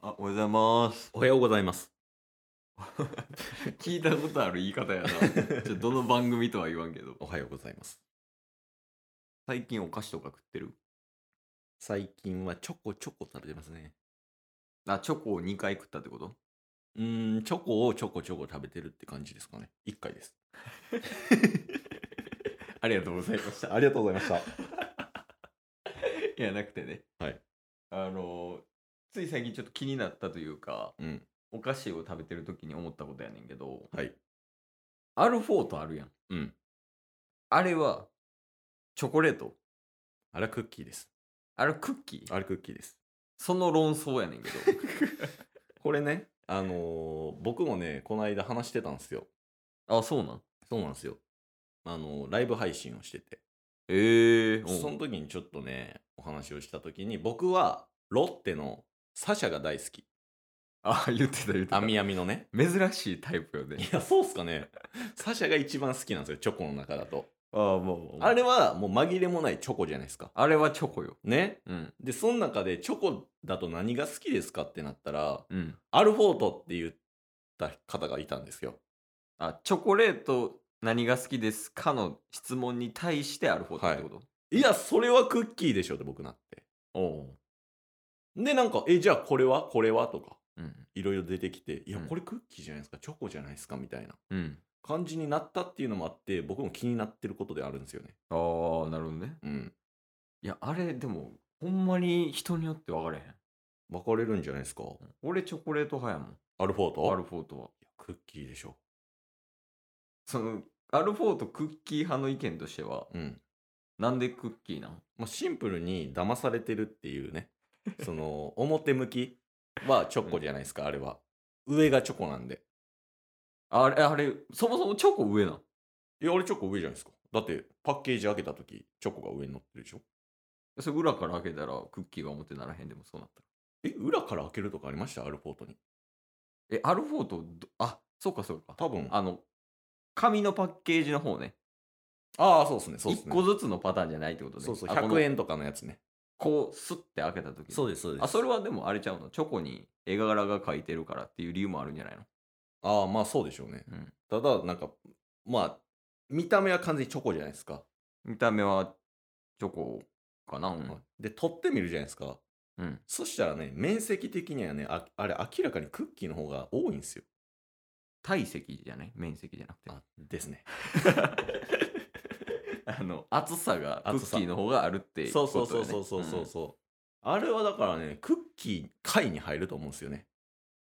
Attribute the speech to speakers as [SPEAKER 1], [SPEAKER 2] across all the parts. [SPEAKER 1] あ、おはようございます。
[SPEAKER 2] おはようございます。
[SPEAKER 1] 聞いたことある言い方やな。ちょどの番組とは言わんけど。
[SPEAKER 2] おはようございます。
[SPEAKER 1] 最近お菓子とか食ってる
[SPEAKER 2] 最近はチョコチョコ食べてますね。
[SPEAKER 1] あ、チョコを2回食ったってこと
[SPEAKER 2] うーん、チョコをチョコチョコ食べてるって感じですかね。1回です。
[SPEAKER 1] ありがとうございました。
[SPEAKER 2] ありがとうございました。
[SPEAKER 1] いや、なくてね。
[SPEAKER 2] はい。
[SPEAKER 1] あのー、つい最近ちょっと気になったというか、
[SPEAKER 2] うん、
[SPEAKER 1] お菓子を食べてる時に思ったことやねんけど、
[SPEAKER 2] はい。
[SPEAKER 1] アルフォートあるやん。
[SPEAKER 2] うん。
[SPEAKER 1] あれは、チョコレート。
[SPEAKER 2] あれはクッキーです。
[SPEAKER 1] あれクッキー
[SPEAKER 2] あれクッキーです。
[SPEAKER 1] その論争やねんけど。
[SPEAKER 2] これね、あのー僕もね、この間話してたんですよ。
[SPEAKER 1] あ、そうなん
[SPEAKER 2] そうなんですよ。あのーライブ配信をしてて。
[SPEAKER 1] ええ
[SPEAKER 2] その時にちょっとね、お話をした時に、僕はロッテのサシャが大好 き。
[SPEAKER 1] あ、言ってた言ってた。
[SPEAKER 2] あみあみのね。
[SPEAKER 1] 珍しいタイプよ
[SPEAKER 2] い
[SPEAKER 1] ね。
[SPEAKER 2] や、そうっすかね。サシャが一番好きなんですよ、チョコの中だと。
[SPEAKER 1] ああ、も
[SPEAKER 2] あ
[SPEAKER 1] あれ
[SPEAKER 2] れはもう紛れもないチョコじゃないですか。
[SPEAKER 1] あれはチョコよ。
[SPEAKER 2] ね。
[SPEAKER 1] うん。
[SPEAKER 2] で、その中でチョコだと何が好きですかってなったら、
[SPEAKER 1] うん。
[SPEAKER 2] アルフォートって言った方がいたんですよ。
[SPEAKER 1] あ、チョコレート何が好きですかの質問に対してアルフォートってこと、
[SPEAKER 2] いや、それはクッキーでしょって僕なって。
[SPEAKER 1] おお
[SPEAKER 2] で、なんか、え、じゃあこれはこれはとか、
[SPEAKER 1] う。うん。
[SPEAKER 2] いろいろ出てきて、いや、
[SPEAKER 1] うん
[SPEAKER 2] これクッキーじゃないですか、チョコじゃないですかみたいな
[SPEAKER 1] うん。
[SPEAKER 2] 感じになったっていうのもあって、僕も気になってることであるんですよね。
[SPEAKER 1] ああ、なるほどね。
[SPEAKER 2] うん。
[SPEAKER 1] いや、あれ、でも、ほんまに人によって分かれへん。
[SPEAKER 2] 分かれるんじゃないですか。
[SPEAKER 1] 俺、チョコレート派や
[SPEAKER 2] アルフォー
[SPEAKER 1] も
[SPEAKER 2] ト
[SPEAKER 1] ん。アルフォートは。
[SPEAKER 2] クッキーでしょ。
[SPEAKER 1] その、アルフォートクッキー派の意見としては、
[SPEAKER 2] うん。
[SPEAKER 1] なんでクッキーなん
[SPEAKER 2] まあ、シンプルに騙されてるっていうねその 表向きはチョコじゃないですか、あれは上がチョコなんで
[SPEAKER 1] あれ、あれ、そもそもチョコ上なん
[SPEAKER 2] いやあれチョコ上じゃないですかだってパッケージ開けた時チョコが上に乗ってるでしょ
[SPEAKER 1] それ裏から開けたらクッキーが表ならへんでもそうなったら。
[SPEAKER 2] え裏から開けるとかありましたアルフォートに
[SPEAKER 1] え、アルフォートど、あ、そうかそうか。
[SPEAKER 2] 多分あ
[SPEAKER 1] あの、紙のパッケージの方ね。
[SPEAKER 2] あーそうですねそうです
[SPEAKER 1] 一
[SPEAKER 2] ね
[SPEAKER 1] 個ずつのパターンじゃないってことね。
[SPEAKER 2] そうそう
[SPEAKER 1] あこの
[SPEAKER 2] 100円とかのやつね
[SPEAKER 1] こう、スッて開けた時に
[SPEAKER 2] うですそう
[SPEAKER 1] あ、それはでもあれちゃうの。チョコに絵柄が描いてるからっていう理由もあるんじゃないの
[SPEAKER 2] ああまあそうでしょうね
[SPEAKER 1] うん。
[SPEAKER 2] ただなんかまあ見た目は完全にチョコじゃないですか、
[SPEAKER 1] 見た目はチョコかな。うん。
[SPEAKER 2] で取ってみるじゃないですか
[SPEAKER 1] うん
[SPEAKER 2] そしたらね面積的にはねああれ明らかにクッキーの方が多いんですよ
[SPEAKER 1] 体積じゃない面積じゃなくて。
[SPEAKER 2] あですね。
[SPEAKER 1] あの、厚さがク
[SPEAKER 2] 厚
[SPEAKER 1] ッ
[SPEAKER 2] さ
[SPEAKER 1] キーの方があるっていう
[SPEAKER 2] そ
[SPEAKER 1] こ
[SPEAKER 2] う
[SPEAKER 1] と
[SPEAKER 2] そ
[SPEAKER 1] よ
[SPEAKER 2] う
[SPEAKER 1] ね、
[SPEAKER 2] そうそうそうそうそう。あれはだからね、クッキー回に入ると思うんですよね。
[SPEAKER 1] うん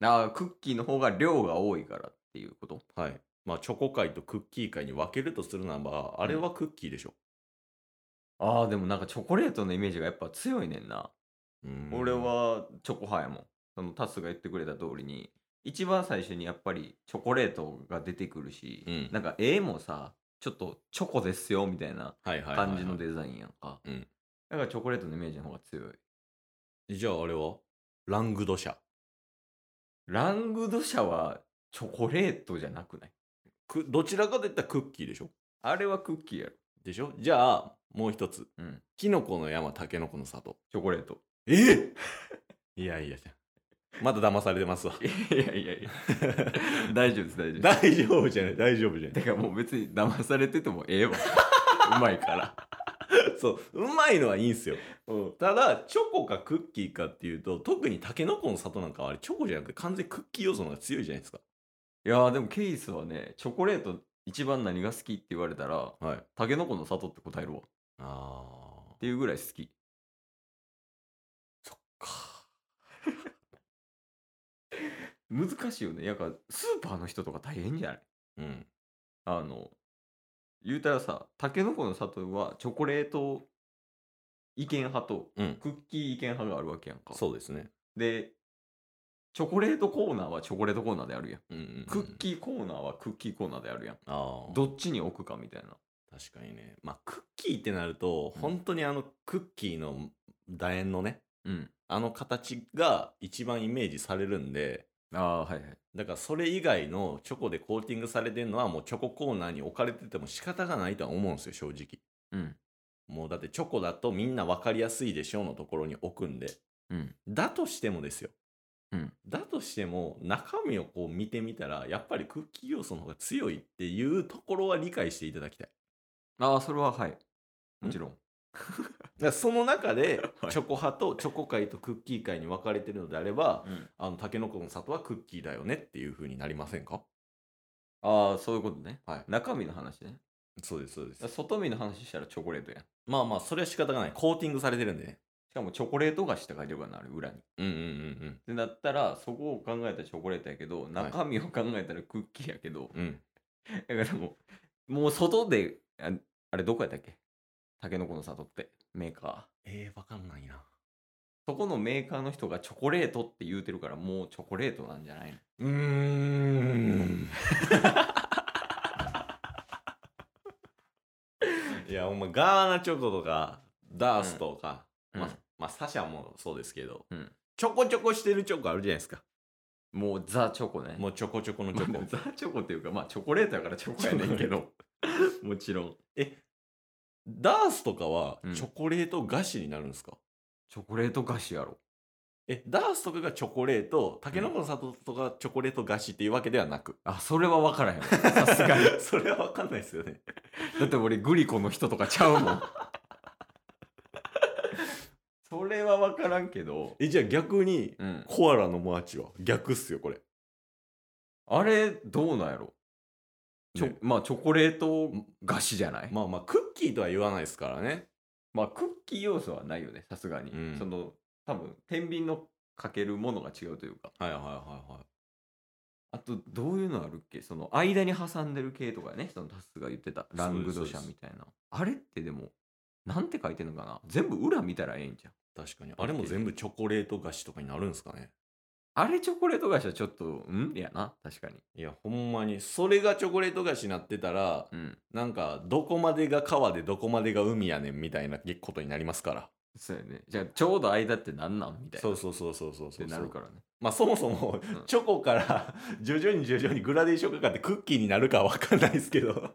[SPEAKER 1] あークッキーの方が量が多いからっていうこと
[SPEAKER 2] はい。まあ、チョコ界とクッキー界に分けるとするならば、あれはクッキーでしょ。
[SPEAKER 1] ああでもなんかチョコレートのイメージがやっぱ強いねんな
[SPEAKER 2] うん
[SPEAKER 1] 俺、はチョコ派やもんそのタスが言ってくれた通りに一番最初にやっぱりチョコレートが出てくるし、
[SPEAKER 2] うん
[SPEAKER 1] なんか絵もさちょっとチョコですよみたいな
[SPEAKER 2] はいはいはいはい
[SPEAKER 1] 感じのデザインやんか、
[SPEAKER 2] うん
[SPEAKER 1] だからチョコレートのイメージの方が強い
[SPEAKER 2] じゃああれはラングド社。
[SPEAKER 1] ラングド社はチョコレートじゃなくない
[SPEAKER 2] くどちらかといったらクッキーでしょ
[SPEAKER 1] あれはクッキーやろ
[SPEAKER 2] でしょじゃあ、もう一つ。
[SPEAKER 1] うん
[SPEAKER 2] キノコの山、タケノコの里。
[SPEAKER 1] チョコレート
[SPEAKER 2] え いやいや、まだ騙されてますわ。
[SPEAKER 1] いやいやいや大丈夫です大丈夫です
[SPEAKER 2] 大丈夫じゃない、大丈夫じゃな
[SPEAKER 1] て
[SPEAKER 2] い。
[SPEAKER 1] かもう別に騙されててもええわうまい から
[SPEAKER 2] そう、うまいのはいいんすよ。
[SPEAKER 1] うん
[SPEAKER 2] ただチョコかクッキーかっていうと特にタケノコの里なんかはあれチョコじゃなくて完全にクッキー要素の方が強いじゃないですか
[SPEAKER 1] いやーでもケイスはねチョコレート一番何が好きって言われたら
[SPEAKER 2] はい
[SPEAKER 1] タケノコの里って答えるわっ
[SPEAKER 2] あ
[SPEAKER 1] ていうぐらい好き
[SPEAKER 2] そっか
[SPEAKER 1] 難しいよねやっぱスーパーの人とか大変じゃない
[SPEAKER 2] うん
[SPEAKER 1] あの言うたらさタケノコの里はチョコレート意見派と
[SPEAKER 2] うん
[SPEAKER 1] クッキー意見派があるわけやんか
[SPEAKER 2] そうですね
[SPEAKER 1] でチョコレートコーナーはチョコレートコーナーであるやん、
[SPEAKER 2] うんうんうん、
[SPEAKER 1] クッキーコーナーはクッキーコーナーであるやん
[SPEAKER 2] ああ
[SPEAKER 1] どっちに置くかみたいな
[SPEAKER 2] 確かにねまあクッキーってなると
[SPEAKER 1] うん
[SPEAKER 2] 本当にあのクッキーの楕円のね
[SPEAKER 1] うん
[SPEAKER 2] あの形が一番イメージされるんで
[SPEAKER 1] ああはいはい
[SPEAKER 2] だからそれ以外のチョコでコーティングされてるのはもうチョココーナーに置かれてても仕方がないとは思うんですよ正直
[SPEAKER 1] うん
[SPEAKER 2] もうだってチョコだとみんな分かりやすいでしょうのところに置くんで
[SPEAKER 1] うん
[SPEAKER 2] だとしてもですよ
[SPEAKER 1] うん
[SPEAKER 2] だとしても中身をこう見てみたらやっぱりクッキー要素の方が強いっていうところは理解していただきたい
[SPEAKER 1] ああ、それははい。もちろん。
[SPEAKER 2] だからその中で
[SPEAKER 1] はい
[SPEAKER 2] チョコ派とチョコ界とクッキー界に分かれてるのであれば
[SPEAKER 1] うん
[SPEAKER 2] あのタケノコの里はクッキーだよねっていう風になりませんか
[SPEAKER 1] ああ、そういうことね。
[SPEAKER 2] はい
[SPEAKER 1] 中身の話ね。
[SPEAKER 2] そうですそうです
[SPEAKER 1] 外身の話したらチョコレートやん。し
[SPEAKER 2] まあまあそれは仕方がないコーティングされてるんでね
[SPEAKER 1] かもチョコレート菓子って書いてるからな、あれ裏に。っ
[SPEAKER 2] うんうんうん
[SPEAKER 1] てなったら、そこを考えたらチョコレートやけど、中身を考えたらクッキーやけど、
[SPEAKER 2] うんうん
[SPEAKER 1] だからもう、もう外で、ああれどこやったっけタケノコの里って、メーカー。
[SPEAKER 2] えー、わかんないな
[SPEAKER 1] そこのメーカーの人がチョコレートって言うてるから、もうチョコレートなんじゃないの
[SPEAKER 2] うーん いやお前ガーナチョコとかダースとか、
[SPEAKER 1] うん
[SPEAKER 2] まあ
[SPEAKER 1] うん
[SPEAKER 2] まあサシャもそうですけど、
[SPEAKER 1] うん
[SPEAKER 2] ちょこちょこしてるチョコあるじゃないですか
[SPEAKER 1] もうザ・チョコね。
[SPEAKER 2] もうちょこちょこのチョ
[SPEAKER 1] まあ
[SPEAKER 2] コ
[SPEAKER 1] ザ・チョコっていうか、まあチョコレートやからチョコやねんけど、もちろん。
[SPEAKER 2] ダースとかは
[SPEAKER 1] うん
[SPEAKER 2] チョコレート菓子になるんですか、
[SPEAKER 1] チョコレート菓子やろ。
[SPEAKER 2] えダースとかがチョコレートタケノコの里とかチョコレート菓子っていうわけではなく、
[SPEAKER 1] あ、それは分からへんわ。さす がに。
[SPEAKER 2] それは分かんないですよね
[SPEAKER 1] だって俺グリコの人とかちゃうもん。それは分からんけど。
[SPEAKER 2] えじゃあ逆に
[SPEAKER 1] うん。
[SPEAKER 2] コアラのマーチは逆っすよこれ
[SPEAKER 1] あれ、どうなんやろちょ、
[SPEAKER 2] ね
[SPEAKER 1] まあチョコレート菓子じゃない、ま
[SPEAKER 2] まあまあクッキーとは言わないですからね
[SPEAKER 1] あクッキー要素はないよね、さすがに。
[SPEAKER 2] うん
[SPEAKER 1] その、多分、天秤のかけるものが違うというか。
[SPEAKER 2] はいはいはいはい
[SPEAKER 1] あと、どういうのあるっけその、間に挟んでる系とかね、そのタスが言ってた、ラングド社みたいな。あれってでも、なんて書いてんのかな全部裏見たらええんじゃん。
[SPEAKER 2] 確かにあれも全部チョコレート菓子とかになるんですかね
[SPEAKER 1] あれチョコレート菓子はちょっと、んいやな、確かに。
[SPEAKER 2] いやほんまにそれがチョコレート菓子になってたら
[SPEAKER 1] うん。
[SPEAKER 2] なんかどこまでが川でどこまでが海やねんみたいなことになりますから
[SPEAKER 1] そうやね。じゃあ、ちょうど間ってなんなんみたいな。
[SPEAKER 2] そう
[SPEAKER 1] そ
[SPEAKER 2] そうそうそうそう
[SPEAKER 1] っ
[SPEAKER 2] そ
[SPEAKER 1] て
[SPEAKER 2] う
[SPEAKER 1] なるからね。
[SPEAKER 2] まあそもそも
[SPEAKER 1] うん
[SPEAKER 2] チョコから 徐々に徐々にグラデーションかかってクッキーになるかは分かんないですけど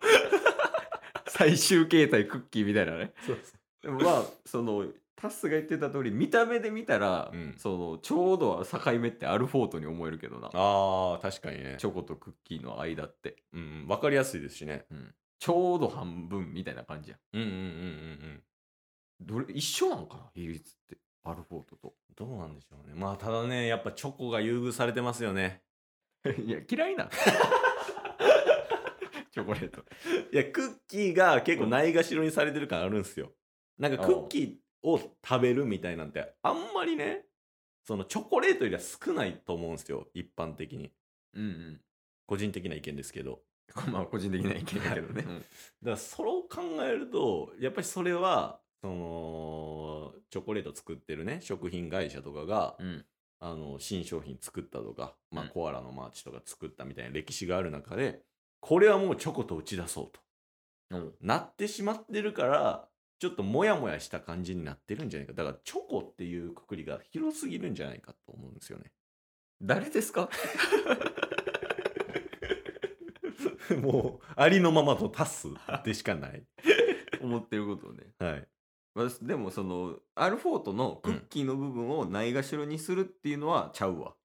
[SPEAKER 1] 最終形態クッキーみたいなね。
[SPEAKER 2] そうそ
[SPEAKER 1] でもまあ、 その、タスが言ってた通り、見た目で見たら、
[SPEAKER 2] うん
[SPEAKER 1] その、ちょうど境目ってアルフォートに思えるけどな。
[SPEAKER 2] あー確かにね
[SPEAKER 1] チョコとクッキーの間って。
[SPEAKER 2] うん分かりやすいですしね
[SPEAKER 1] ちょうど半分みたいな感じやん。
[SPEAKER 2] うんうんうんうんうん
[SPEAKER 1] どれ、一緒なんかな比率って。アルフォートと。
[SPEAKER 2] どうなんでしょうねまあただねやっぱチョコが優遇されてますよね
[SPEAKER 1] いや、嫌いな。 チョコレート。
[SPEAKER 2] いやクッキーが結構ないがしろにされてる感あるんですよなんかクッキーを食べるみたいなんてあんまりねそのチョコレートよりは少ないと思うんですよ一般的に
[SPEAKER 1] うんうん。
[SPEAKER 2] 個人的な意見ですけど
[SPEAKER 1] まあ、個人的な意見だけどね。
[SPEAKER 2] はいだからそれを考えるとやっぱりそれはそのチョコレート作ってるね食品会社とかが、
[SPEAKER 1] うん。うん
[SPEAKER 2] あの新商品作ったとか、まあ、
[SPEAKER 1] うん
[SPEAKER 2] コアラのマーチとか作ったみたいな歴史がある中でこれはもうチョコと打ち出そうと
[SPEAKER 1] うん。
[SPEAKER 2] なってしまってるからちょっとモヤモヤした感じになってるんじゃないかだからチョコっていうくくりが広すぎるんじゃないかと思うんですよね
[SPEAKER 1] 誰です か
[SPEAKER 2] もうありのままと足すでしかない
[SPEAKER 1] 思ってることをね。
[SPEAKER 2] はい
[SPEAKER 1] まあでもそのアルフォートのクッキーの部分をないがしろにするっていうのはちゃうわ、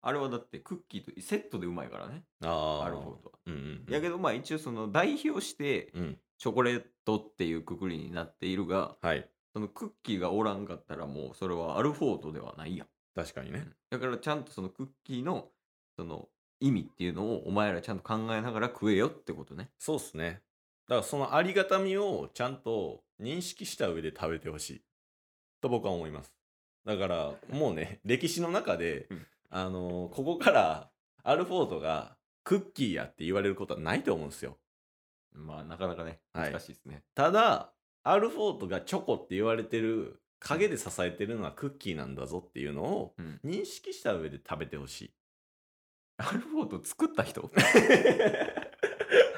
[SPEAKER 1] あれはだってクッキーとセットでうまいからね
[SPEAKER 2] ああ
[SPEAKER 1] アルフォートは、
[SPEAKER 2] うんうんうん
[SPEAKER 1] やけどまあ一応その代表して
[SPEAKER 2] うん
[SPEAKER 1] チョコレートっていうくくりになっているが
[SPEAKER 2] はい
[SPEAKER 1] そのクッキーがおらんかったらもうそれはアルフォートではないやん
[SPEAKER 2] 確かにね
[SPEAKER 1] だからちゃんとそのクッキーのその意味っていうのをお前らちゃんと考えながら食えよってことね
[SPEAKER 2] そうっすねだからそのありがたみをちゃんと認識した上で食べてほしいと僕は思いますだからもうね歴史の中で
[SPEAKER 1] うん
[SPEAKER 2] あのーここからアルフォートがクッキーやって言われることはないと思うんですよ
[SPEAKER 1] まあなかなかね
[SPEAKER 2] はい
[SPEAKER 1] 難しいですね、
[SPEAKER 2] ただアルフォートがチョコって言われてる陰で支えてるのはクッキーなんだぞっていうのを
[SPEAKER 1] うん
[SPEAKER 2] 認識した上で食べてほしい
[SPEAKER 1] アルフォート作った人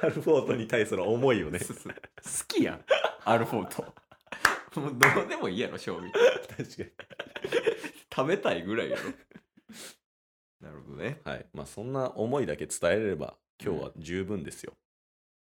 [SPEAKER 2] アルフォートに対する思いをね
[SPEAKER 1] すす好きやん アルフォート もうどうでもいいやろ賞味
[SPEAKER 2] 確かに
[SPEAKER 1] 食べたいぐらいやろ なるほどね
[SPEAKER 2] はい。まあ、そんな思いだけ伝えれれば、今日は十分ですよ。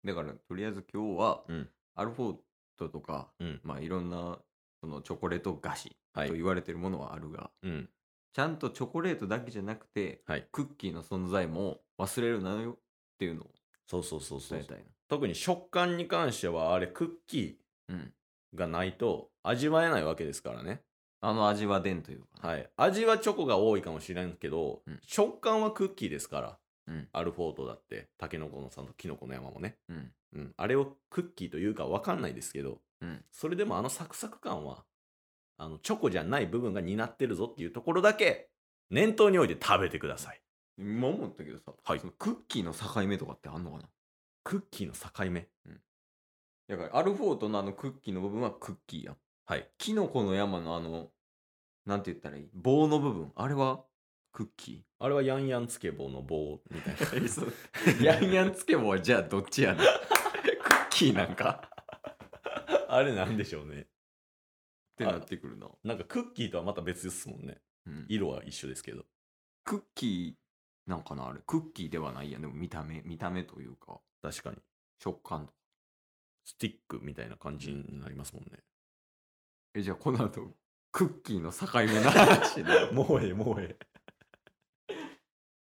[SPEAKER 1] だからとりあえず今日は、
[SPEAKER 2] うん
[SPEAKER 1] アルフォートとか、
[SPEAKER 2] うん
[SPEAKER 1] まあいろんなそのチョコレート菓子
[SPEAKER 2] は
[SPEAKER 1] と
[SPEAKER 2] い。
[SPEAKER 1] 言われてるものはあるが、
[SPEAKER 2] うん。
[SPEAKER 1] ちゃんとチョコレートだけじゃなくて、
[SPEAKER 2] はい
[SPEAKER 1] クッキーの存在も忘れるなよっていうのを
[SPEAKER 2] そうそうそうそ
[SPEAKER 1] 伝
[SPEAKER 2] う
[SPEAKER 1] えたいな。
[SPEAKER 2] 特に食感に関してはあれクッキ
[SPEAKER 1] うん。
[SPEAKER 2] ーがないと味わえないわけですからね
[SPEAKER 1] あの味はでんというか、
[SPEAKER 2] はい味はチョコが多いかもしれんけど、
[SPEAKER 1] うん
[SPEAKER 2] 食感はクッキーですから、
[SPEAKER 1] うん
[SPEAKER 2] アルフォートだってタケノコのさんとキノコの山もね、
[SPEAKER 1] うん。
[SPEAKER 2] うん、あれをクッキーというか分かんないですけど、
[SPEAKER 1] うん
[SPEAKER 2] それでもあのサクサク感はあのチョコじゃない部分が担ってるぞっていうところだけ念頭に置いて食べてください
[SPEAKER 1] 今思ったけどさ、
[SPEAKER 2] はい
[SPEAKER 1] そのクッキーの境目とかってあんのかな
[SPEAKER 2] クッキーの境目
[SPEAKER 1] だからアルフォートのあのクッキーの部分はクッキーやん
[SPEAKER 2] はい
[SPEAKER 1] キノコの山のあのなんて言ったらいい棒の部分あれはクッキ
[SPEAKER 2] あれはヤンヤンつけ棒の棒みたいな
[SPEAKER 1] ーヤンヤンつけ棒はじゃあどっち やねんクッキーなんか
[SPEAKER 2] あれなんでしょうね
[SPEAKER 1] ってなってくるな、
[SPEAKER 2] なんかクッキーとはまた別ですもんね
[SPEAKER 1] うん
[SPEAKER 2] 色は一緒ですけど
[SPEAKER 1] クッキーなんかなあれクッキーではないやんでも見た目見た目というか
[SPEAKER 2] 確かに
[SPEAKER 1] 食感と
[SPEAKER 2] スティックみたいな感じになりますもんね、
[SPEAKER 1] えじゃあこの後クッキーの境目の話だ
[SPEAKER 2] もうええもうええ